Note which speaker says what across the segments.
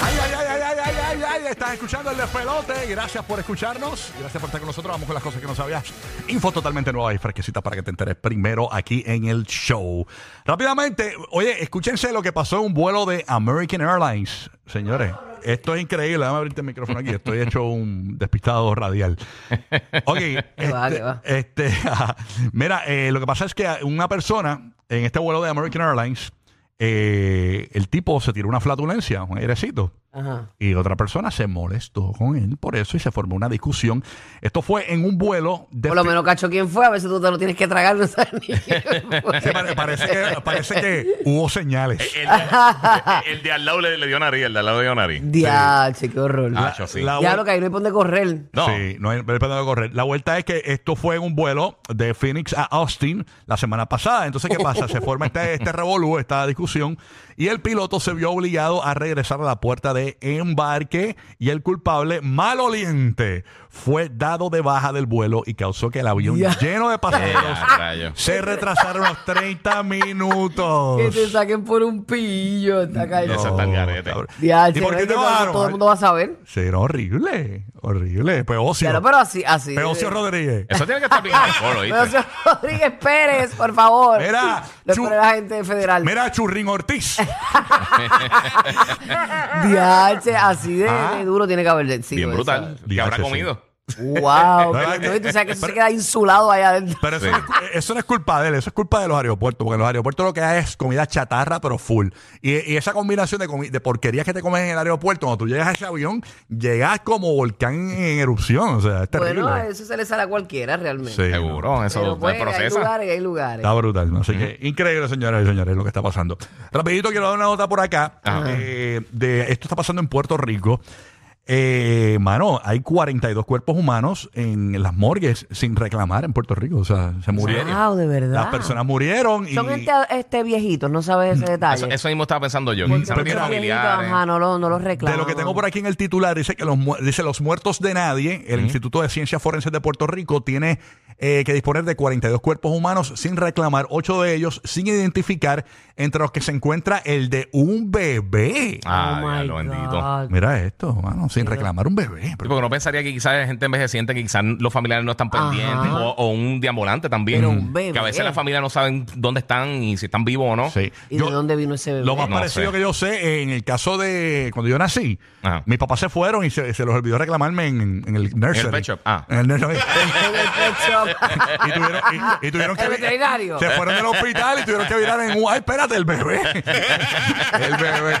Speaker 1: ¡Ay, ay, ay, ay, ay, ay, ay, ay! Estás escuchando el despelote. Gracias por escucharnos. Gracias por estar con nosotros. Vamos con las cosas que no sabías. Info totalmente nueva y fresquecita para que te enteres primero aquí en el show. Rápidamente, oye, escúchense lo que pasó en un vuelo de American Airlines. Señores, esto es increíble. Déjame abrirte el micrófono aquí. Estoy hecho un despistado radial. Ok, este,
Speaker 2: va, que va.
Speaker 1: este, mira, eh, lo que pasa es que una persona en este vuelo de American Airlines, eh, el tipo se tiró una flatulencia, un airecito.
Speaker 2: Ajá.
Speaker 1: Y otra persona se molestó con él por eso y se formó una discusión. Esto fue en un vuelo de...
Speaker 2: Por lo menos cacho quién fue, a veces tú te lo tienes que tragar, no sabes ni quién fue.
Speaker 1: Sí, pare- este, parece, que, parece que hubo señales.
Speaker 3: El de, el de al lado le, le dio nariz, el de al lado le dio nariz.
Speaker 2: Diache, qué horror.
Speaker 3: Ah, yo sí.
Speaker 1: La
Speaker 2: ya
Speaker 1: vuel-
Speaker 2: lo que ahí no hay por dónde correr.
Speaker 3: No.
Speaker 1: Sí, no hay, no hay problema de correr. La vuelta es que esto fue en un vuelo de Phoenix a Austin la semana pasada. Entonces, ¿qué pasa? Se forma este, este revolú, esta discusión, y el piloto se vio obligado a regresar a la puerta de embarque y el culpable, maloliente, fue dado de baja del vuelo y causó que el avión
Speaker 2: Ya.
Speaker 1: lleno de pasajeros
Speaker 3: Ah, rayo.
Speaker 1: se retrasara unos 30 minutos.
Speaker 2: Que te saquen por un pillo. Está cacho.
Speaker 3: Eso está el garete.
Speaker 1: cabrón.
Speaker 2: Diache,
Speaker 1: Mm, ¿Y por
Speaker 2: no,
Speaker 1: qué
Speaker 2: es
Speaker 1: te
Speaker 2: que todo,
Speaker 1: bajaron?
Speaker 2: todo el mundo va a saber.
Speaker 1: Será horrible, horrible. Peocio.
Speaker 2: Claro, pero así, así.
Speaker 1: Peocio Rodríguez.
Speaker 3: Eso tiene que estar bien en el coro, ¿viste?
Speaker 2: Pero señor Rodríguez Pérez, por favor.
Speaker 1: Mira,
Speaker 2: Lo
Speaker 1: chu-
Speaker 2: espera la gente federal.
Speaker 1: Mira, Churrín Ortiz.
Speaker 2: Diache, así de,
Speaker 1: Ah.
Speaker 2: de duro tiene que haber. sí,
Speaker 3: bien
Speaker 2: eso.
Speaker 3: brutal. ¿Qué
Speaker 1: Diache,
Speaker 3: habrá
Speaker 1: sí.
Speaker 3: comido?
Speaker 2: Wow.
Speaker 1: ¿Verdad
Speaker 2: pero,
Speaker 1: que-
Speaker 2: no, y tú sabes que eso se
Speaker 1: pero-
Speaker 2: queda insulado allá adentro.
Speaker 1: Pero eso,
Speaker 3: Sí.
Speaker 1: no es, cu- eso no es culpa de él, eso es culpa de los aeropuertos, porque en los aeropuertos lo que hay es comida chatarra, pero full. Y, y esa combinación de, comi- de porquerías que te comes en el aeropuerto, cuando tú llegas a ese avión, llegas como volcán en erupción, o sea, es terrible.
Speaker 2: Bueno, eh, eso se le sale a cualquiera realmente.
Speaker 1: Sí,
Speaker 3: Seguro,
Speaker 2: Pero,
Speaker 3: Eh. eso
Speaker 2: pues,
Speaker 3: se
Speaker 2: hay
Speaker 3: procesa.
Speaker 2: lugares, hay lugares.
Speaker 1: Está brutal, ¿no? Así que increíble, señoras y señores, lo que está pasando. Rapidito, quiero dar una nota por acá.
Speaker 3: Ah.
Speaker 1: eh, de Esto está pasando en Puerto Rico. Eh, mano, hay 42 cuerpos humanos en las morgues sin reclamar en Puerto Rico. O sea, se murieron.
Speaker 2: Wow, de verdad.
Speaker 1: Las personas murieron y...
Speaker 2: Son gente este viejitos, no sabes ese detalle.
Speaker 3: Eso, eso mismo estaba pensando yo. que Quizás no
Speaker 1: Porque
Speaker 3: tiene
Speaker 1: los
Speaker 2: viejitos,
Speaker 3: familiares.
Speaker 2: ajá, no, lo- no los
Speaker 1: De
Speaker 2: reclaman.
Speaker 1: lo que tengo por aquí en el titular, dice que los, mu- dice los muertos de nadie, el Instituto de Ciencias Forenses de Puerto Rico tiene eh, que disponer de 42 cuerpos humanos sin reclamar, 8 de ellos sin identificar, entre los que se encuentra el de un bebé.
Speaker 3: Ah, ya, lo
Speaker 2: Oh God.
Speaker 3: bendito.
Speaker 1: Mira esto, mano, sin reclamar un bebé.
Speaker 3: Sí,
Speaker 1: Pero-
Speaker 3: Porque no pensaría que quizás hay gente envejeciente que quizás los familiares no están
Speaker 2: Ajá.
Speaker 3: pendientes o, o un deambulante también.
Speaker 2: Pero un bebé.
Speaker 3: Que a veces las familias no saben dónde están y si están vivos o no.
Speaker 1: Sí.
Speaker 2: ¿Y
Speaker 1: Yo-
Speaker 2: de dónde vino ese bebé?
Speaker 1: Lo más
Speaker 3: No
Speaker 1: parecido
Speaker 3: sé.
Speaker 1: que yo sé, en el caso de cuando yo nací,
Speaker 3: Ajá.
Speaker 1: mis papás se fueron y se, se los olvidó reclamarme en, en el nursery.
Speaker 3: pet shop, ah.
Speaker 1: En el nursery.
Speaker 2: En el pet shop.
Speaker 1: y tuvieron, y- y tuvieron que
Speaker 2: El veterinario.
Speaker 1: se fueron del hospital y tuvieron que virar en un ay espérate el bebé el bebé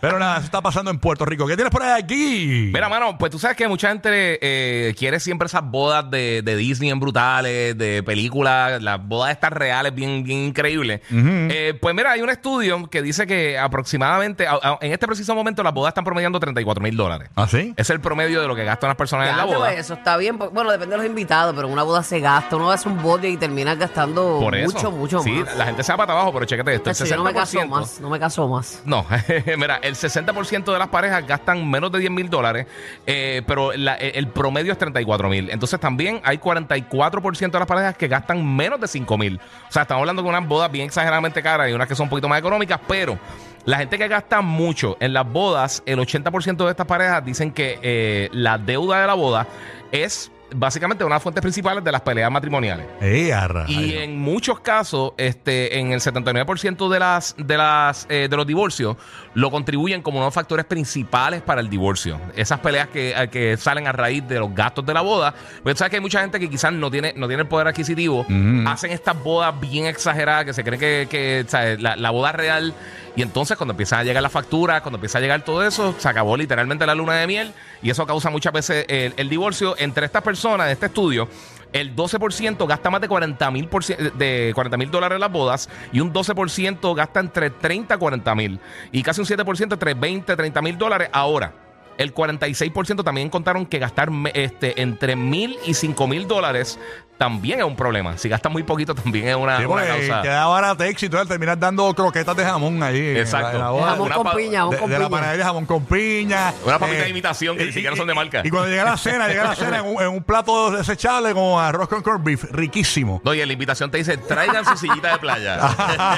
Speaker 1: pero nada eso está pasando en Puerto Rico ¿qué tienes por ahí aquí?
Speaker 3: Mira, mano, pues tú sabes que mucha gente eh, quiere siempre esas bodas de, de Disney en brutales, de películas, las bodas estas reales bien, bien increíbles. Eh, pues mira, hay un estudio que dice que aproximadamente, a- a- en este preciso momento, las bodas están promediando 34 mil dólares.
Speaker 1: ¿ah sí?
Speaker 3: Es el promedio de lo que gastan las personas en la
Speaker 2: Ya,
Speaker 3: boda.
Speaker 2: pues, eso está bien. porque- Bueno, depende de los invitados, pero en una boda se gasta. Uno hace un bote y termina gastando
Speaker 3: Por eso.
Speaker 2: mucho, mucho
Speaker 3: sí,
Speaker 2: más.
Speaker 3: la gente se va para abajo, pero chéquete esto. el
Speaker 2: Tacho, yo no me caso
Speaker 3: 60%.
Speaker 2: más, no me caso más.
Speaker 3: No, mira, el 60% de las parejas gastan menos de 10 mil dólares, eh, pero la- eh, el promedio es 34 mil. Entonces también hay 44% de las parejas que gastan menos de 5 mil. O sea, estamos hablando de unas bodas bien exageradamente caras y unas que son un poquito más económicas, pero la gente que gasta mucho en las bodas, el 80% de estas parejas dicen que eh, la deuda de la boda es básicamente una de las fuentes principales de las peleas matrimoniales.
Speaker 1: ¡Eh, a rayos!
Speaker 3: Y en muchos casos, este, en el 79% de las de las eh, de los divorcios lo contribuyen como unos factores principales para el divorcio. Esas peleas que, a- que salen a raíz de los gastos de la boda. Porque tú sabes que hay mucha gente que quizás no tiene no tiene el poder adquisitivo, hacen estas bodas bien exageradas que se creen que, que, ¿sabes? La, la boda real Y entonces cuando empiezan a llegar las facturas, cuando empieza a llegar todo eso, se acabó literalmente la luna de miel y eso causa muchas veces el, el divorcio entre estas personas de este estudio. El 12% gasta más de 40 mil de 40 mil dólares en las bodas y un 12% gasta entre 30 a 40 mil y casi un 7% entre 20 a 30 mil dólares ahora. El 46% también contaron que gastar me- este, entre mil y cinco mil dólares también es un problema. Si gastas muy poquito, también es una,
Speaker 1: Sí,
Speaker 3: una
Speaker 1: porque
Speaker 3: causa.
Speaker 1: queda barato éxito, eh, terminas dando croquetas de jamón ahí. en la-
Speaker 3: Exacto.
Speaker 1: en la boda.
Speaker 2: Jamón
Speaker 3: una
Speaker 2: con
Speaker 3: pa-
Speaker 2: piña, jamón
Speaker 1: de,
Speaker 2: con
Speaker 1: de la
Speaker 2: piña.
Speaker 1: panadería jamón con piña. eh,
Speaker 3: Una papita de imitación que ni siquiera son de marca.
Speaker 1: Y, cuando llega la cena, llega la cena en un, en un plato desechable con arroz con corned beef, riquísimo.
Speaker 3: No, y en la invitación te dice, traigan su sillita de playa.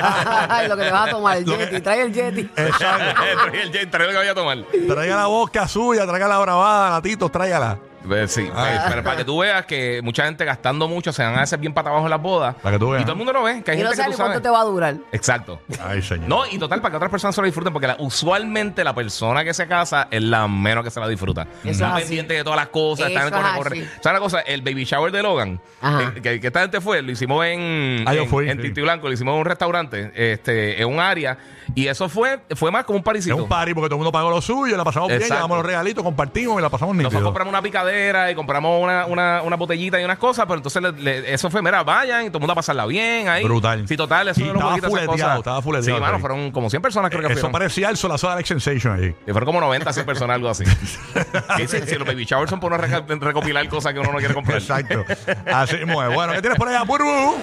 Speaker 2: Ay, lo que te vas a tomar, el
Speaker 1: Lo que-
Speaker 2: Yeti. Trae el Yeti.
Speaker 1: Exacto.
Speaker 3: Trae el gin, trae lo que vaya a tomar.
Speaker 1: traiga la boca suya, traiga la bravada, latitos, tráigala.
Speaker 3: Eh, Sí,
Speaker 1: Ah.
Speaker 3: eh, pero para que tú veas que mucha gente gastando mucho se van a hacer bien para abajo en las bodas.
Speaker 1: Para que tú veas.
Speaker 3: Y todo el mundo lo ve, que hay
Speaker 2: Y no
Speaker 3: gente que
Speaker 2: sabes
Speaker 3: tú
Speaker 2: ni cuánto
Speaker 3: sabes.
Speaker 2: te va a durar.
Speaker 3: Exacto.
Speaker 1: Ay, señor.
Speaker 3: No, y total, para que otras personas se lo disfruten, porque la- usualmente la persona que se casa es la menos que se la disfruta.
Speaker 2: Eso
Speaker 3: está
Speaker 2: es así.
Speaker 3: pendiente de todas las cosas,
Speaker 2: Eso
Speaker 3: está en
Speaker 2: es
Speaker 3: corre, corre.
Speaker 2: así.
Speaker 3: ¿Sabes una cosa? El baby shower de Logan,
Speaker 2: Ajá.
Speaker 3: eh, que, que esta gente fue, lo hicimos en,
Speaker 1: Ah, yo
Speaker 3: en,
Speaker 1: fui,
Speaker 3: en
Speaker 1: sí.
Speaker 3: Titi Blanco, lo hicimos en un restaurante, este, en un área, y eso fue, fue más como un
Speaker 1: Es
Speaker 3: parisito.
Speaker 1: un party porque todo el mundo pagó lo suyo, la pasamos bien,
Speaker 3: Exacto.
Speaker 1: llevamos los regalitos, compartimos y la pasamos
Speaker 3: Nosotros
Speaker 1: nítido.
Speaker 3: compramos una picadera y compramos una, una, una botellita y unas cosas, pero entonces le- le- eso fue, mira, vayan y todo el mundo a pasarla bien ahí.
Speaker 1: Brutal.
Speaker 3: Sí, total, eso
Speaker 1: Y
Speaker 3: de los
Speaker 1: estaba
Speaker 3: jueguitos, esas
Speaker 1: fuleteado,
Speaker 3: cosas.
Speaker 1: estaba fuleteado,
Speaker 3: Sí, mano,
Speaker 1: sí.
Speaker 3: fueron como 100 personas creo que
Speaker 1: Eh, Eso
Speaker 3: fueron.
Speaker 1: parecía el solazo de Alex Sensation ahí.
Speaker 3: Y fueron como 90, 100 personas, algo así. Sí, sí, sí, los baby showers son por no reca- recopilar cosas que uno no quiere comprar.
Speaker 1: Exacto. Así mismo es. Bueno, ¿qué tienes por allá, Burbu?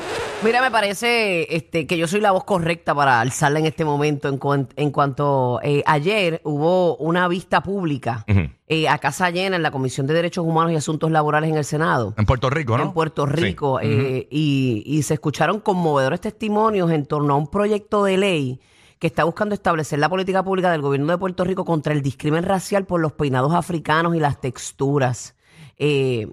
Speaker 2: Mira, me parece este, que yo soy la voz correcta para alzarla en este momento. En, cuan- en cuanto eh, ayer hubo una vista pública
Speaker 3: Ujú.
Speaker 2: eh, a casa llena en la Comisión de Derechos Humanos y Asuntos Laborales en el Senado.
Speaker 1: En Puerto Rico, ¿no?
Speaker 2: En Puerto Rico eh, y, y se escucharon conmovedores testimonios en torno a un proyecto de ley que está buscando establecer la política pública del gobierno de Puerto Rico contra el discrimen racial por los peinados africanos y las texturas. Eh,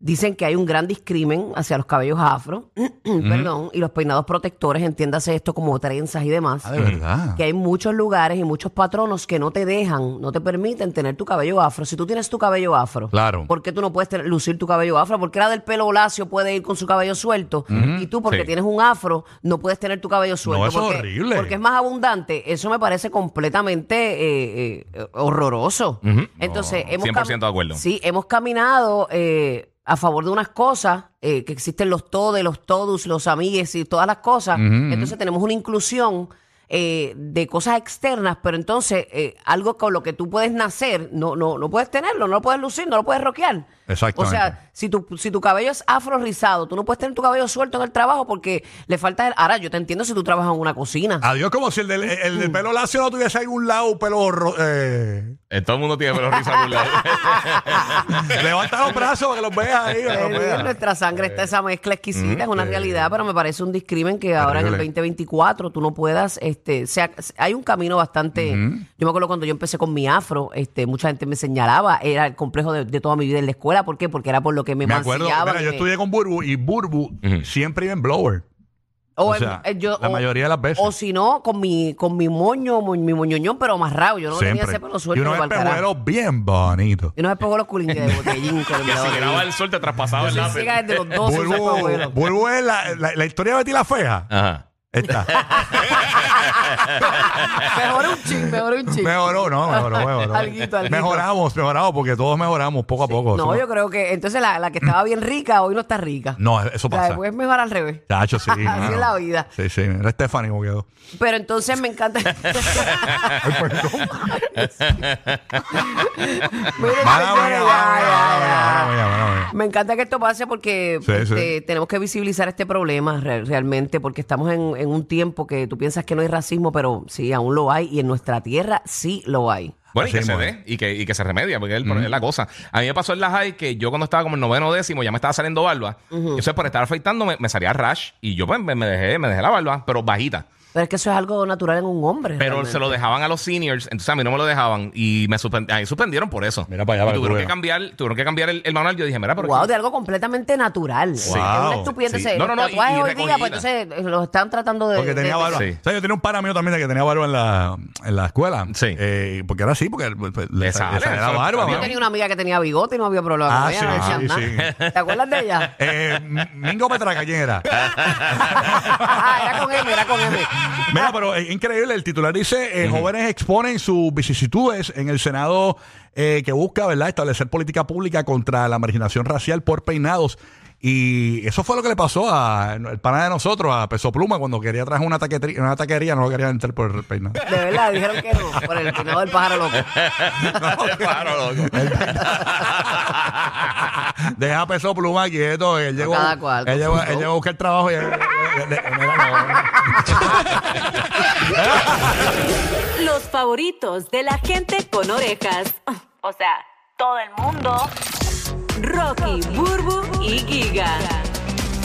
Speaker 2: dicen que hay un gran discrimen hacia los cabellos afro, perdón, y los peinados protectores, entiéndase esto como trenzas y demás
Speaker 1: Ah, de verdad.
Speaker 2: que hay muchos lugares y muchos patronos que no te dejan, no te permiten tener tu cabello afro. Si tú tienes tu cabello afro,
Speaker 1: Claro.
Speaker 2: ¿por qué tú no puedes tener- lucir tu cabello afro? Porque la del pelo lacio puede ir con su cabello suelto y tú porque
Speaker 3: sí.
Speaker 2: tienes un afro no puedes tener tu cabello suelto.
Speaker 1: eso es
Speaker 2: porque,
Speaker 1: horrible.
Speaker 2: Porque es más abundante. Eso me parece completamente eh, eh, horroroso. Entonces, hemos cam-
Speaker 3: 100% de acuerdo.
Speaker 2: Sí, hemos caminado eh, a favor de unas cosas, eh, que existen los todes, los todos, los amigues y todas las cosas. Entonces tenemos una inclusión eh, de cosas externas, pero entonces eh, algo con lo que tú puedes nacer, no, no, no puedes tenerlo, no lo puedes lucir, no lo puedes roquear. O
Speaker 1: Exactamente.
Speaker 2: sea, si tu, si tu cabello es afro rizado, tú no puedes tener tu cabello suelto en el trabajo porque le falta el... Ahora, yo te entiendo si tú trabajas en una cocina.
Speaker 1: Adiós, como si el del, el del pelo lacio no tuviese algún lado pelo. ro- Eh,
Speaker 3: Eh, todo el mundo tiene pelo risa por un lado.
Speaker 1: levanta los brazos para que los veas ahí. para que los
Speaker 2: Eh,
Speaker 1: veas.
Speaker 2: nuestra sangre está esa mezcla exquisita, es una realidad, pero me parece un discrimen que ahora en el
Speaker 1: Mm, eh. Terrible.
Speaker 2: 2024 tú no puedas, este, sea, hay un camino bastante, yo me acuerdo cuando yo empecé con mi afro, este, mucha gente me señalaba, era el complejo de, de toda mi vida en la escuela, ¿por qué? Porque era por lo que me,
Speaker 1: Me acuerdo,
Speaker 2: mancillaban
Speaker 1: mira,
Speaker 2: y
Speaker 1: yo
Speaker 2: me-
Speaker 1: estudié con Burbu y Burbu siempre iba en blower.
Speaker 2: o
Speaker 1: o
Speaker 2: en-
Speaker 1: sea,
Speaker 2: eh, yo-
Speaker 1: la
Speaker 2: o-
Speaker 1: mayoría de las veces.
Speaker 2: O si no, con mi, con mi moño, mo- mi moñoñón, pero amarrado, yo no tenía
Speaker 1: siempre.
Speaker 2: ese pelo
Speaker 1: y
Speaker 2: suelto.
Speaker 1: unos
Speaker 2: ni pa'l carajo.
Speaker 1: espejuelos bien bonitos.
Speaker 2: Y unos espejuelos culinches de botellín. que me
Speaker 3: que si
Speaker 2: daban.
Speaker 3: graba el sol te traspasaba el
Speaker 2: Soy
Speaker 3: lápiz.
Speaker 2: ciega desde los 12 uso espejuelos.
Speaker 1: Burbu, Burbu es la, la, la historia de Betty la Fea.
Speaker 3: Ajá.
Speaker 1: Está.
Speaker 2: Mejoró un ching, mejoró un ching.
Speaker 1: Mejoró, no, mejoró, mejoró.
Speaker 2: Alguito, alguito.
Speaker 1: Mejoramos, mejoramos, porque todos mejoramos poco a poco.
Speaker 2: No,
Speaker 1: Eso
Speaker 2: yo creo que entonces la, la que estaba bien rica hoy no está rica.
Speaker 1: no, eso
Speaker 2: La
Speaker 1: pasa.
Speaker 2: de es mejor al revés.
Speaker 1: Chacho, sí.
Speaker 2: pues, Así
Speaker 1: mano.
Speaker 2: es la vida.
Speaker 1: Sí, sí. Era Stephanie como quedó.
Speaker 2: Pero entonces me encanta.
Speaker 1: Ay, pues, perdón.
Speaker 2: Miren,
Speaker 1: Mala mía, mala mía,
Speaker 2: señores, ya, ya,
Speaker 1: mala
Speaker 2: ya.
Speaker 1: mía, mala mía.
Speaker 2: Me encanta que esto pase porque
Speaker 1: Sí,
Speaker 2: este, tenemos que visibilizar este problema re- realmente, porque estamos en, en un tiempo que tú piensas que no hay racismo, pero sí, aún lo hay, y en nuestra tierra sí lo hay.
Speaker 3: Bueno, y
Speaker 1: Así
Speaker 3: que se
Speaker 1: mismo
Speaker 3: dé y que, y que se remedia, porque es, el- es la cosa. A mí me pasó en la high que yo cuando estaba como el noveno décimo ya me estaba saliendo barba. Entonces, por estar afeitando, me, me salía rash y yo pues me, me dejé, me dejé la barba, pero bajita.
Speaker 2: Pero es que eso es algo natural en un hombre.
Speaker 3: Pero
Speaker 2: realmente.
Speaker 3: se lo dejaban a los seniors, entonces a mí no me lo dejaban y me suspend- a mí suspendieron por eso.
Speaker 1: Mira para allá, para
Speaker 3: Y
Speaker 1: que
Speaker 3: tuvieron
Speaker 1: tú
Speaker 3: que
Speaker 1: veas.
Speaker 3: cambiar, tuvieron que cambiar el, el manual. Yo dije, mira, pero
Speaker 2: Wow,
Speaker 3: aquí-
Speaker 2: de algo completamente natural. Es
Speaker 1: Wow.
Speaker 2: una estupidez.
Speaker 3: Sí.
Speaker 2: Entonces,
Speaker 3: No, no, no,
Speaker 2: los tatuajes
Speaker 3: y- y
Speaker 2: hoy día, pues
Speaker 3: recogidas.
Speaker 2: entonces eh, los están tratando de.
Speaker 1: Porque tenía
Speaker 2: de-
Speaker 1: barba.
Speaker 3: Sí.
Speaker 1: O sea, yo tenía un par mío también que tenía barba en la, en la escuela.
Speaker 3: Sí.
Speaker 1: Eh, porque era así, porque pues, pues, le,
Speaker 3: Le
Speaker 1: sal- le
Speaker 3: sale,
Speaker 1: salía la
Speaker 3: eso-
Speaker 1: barba.
Speaker 3: también.
Speaker 2: Yo
Speaker 1: mano.
Speaker 2: tenía una amiga que tenía bigote y no había problema.
Speaker 1: Ah,
Speaker 2: Ella
Speaker 1: sí,
Speaker 2: no decía
Speaker 1: sí,
Speaker 2: nada. ¿Te acuerdas de ella?
Speaker 1: Eh, M- Mingo Petraca, ¿quién era?
Speaker 2: Ah, era con M, era con M.
Speaker 1: Mira, pero es increíble. El titular dice: eh, jóvenes exponen sus vicisitudes en el Senado eh, que busca, ¿verdad?, establecer política pública contra la marginación racial por peinados. Y eso fue lo que le pasó a el pana de nosotros, a Peso Pluma, cuando quería traer una, taquetri- una taquería, no lo querían entrar por el peinado.
Speaker 2: De verdad, dijeron que no, por el peinado del pájaro loco.
Speaker 3: Claro, loco.
Speaker 1: Deja a Peso Pluma quieto. Él llegó,
Speaker 2: cada cual con
Speaker 1: él llegó,
Speaker 2: su
Speaker 1: él
Speaker 2: show.
Speaker 1: llegó a buscar trabajo y él- él- él- él- mira, no.
Speaker 4: Los favoritos de la gente con orejas. O sea, todo el mundo. Rocky, Burbu y Giga.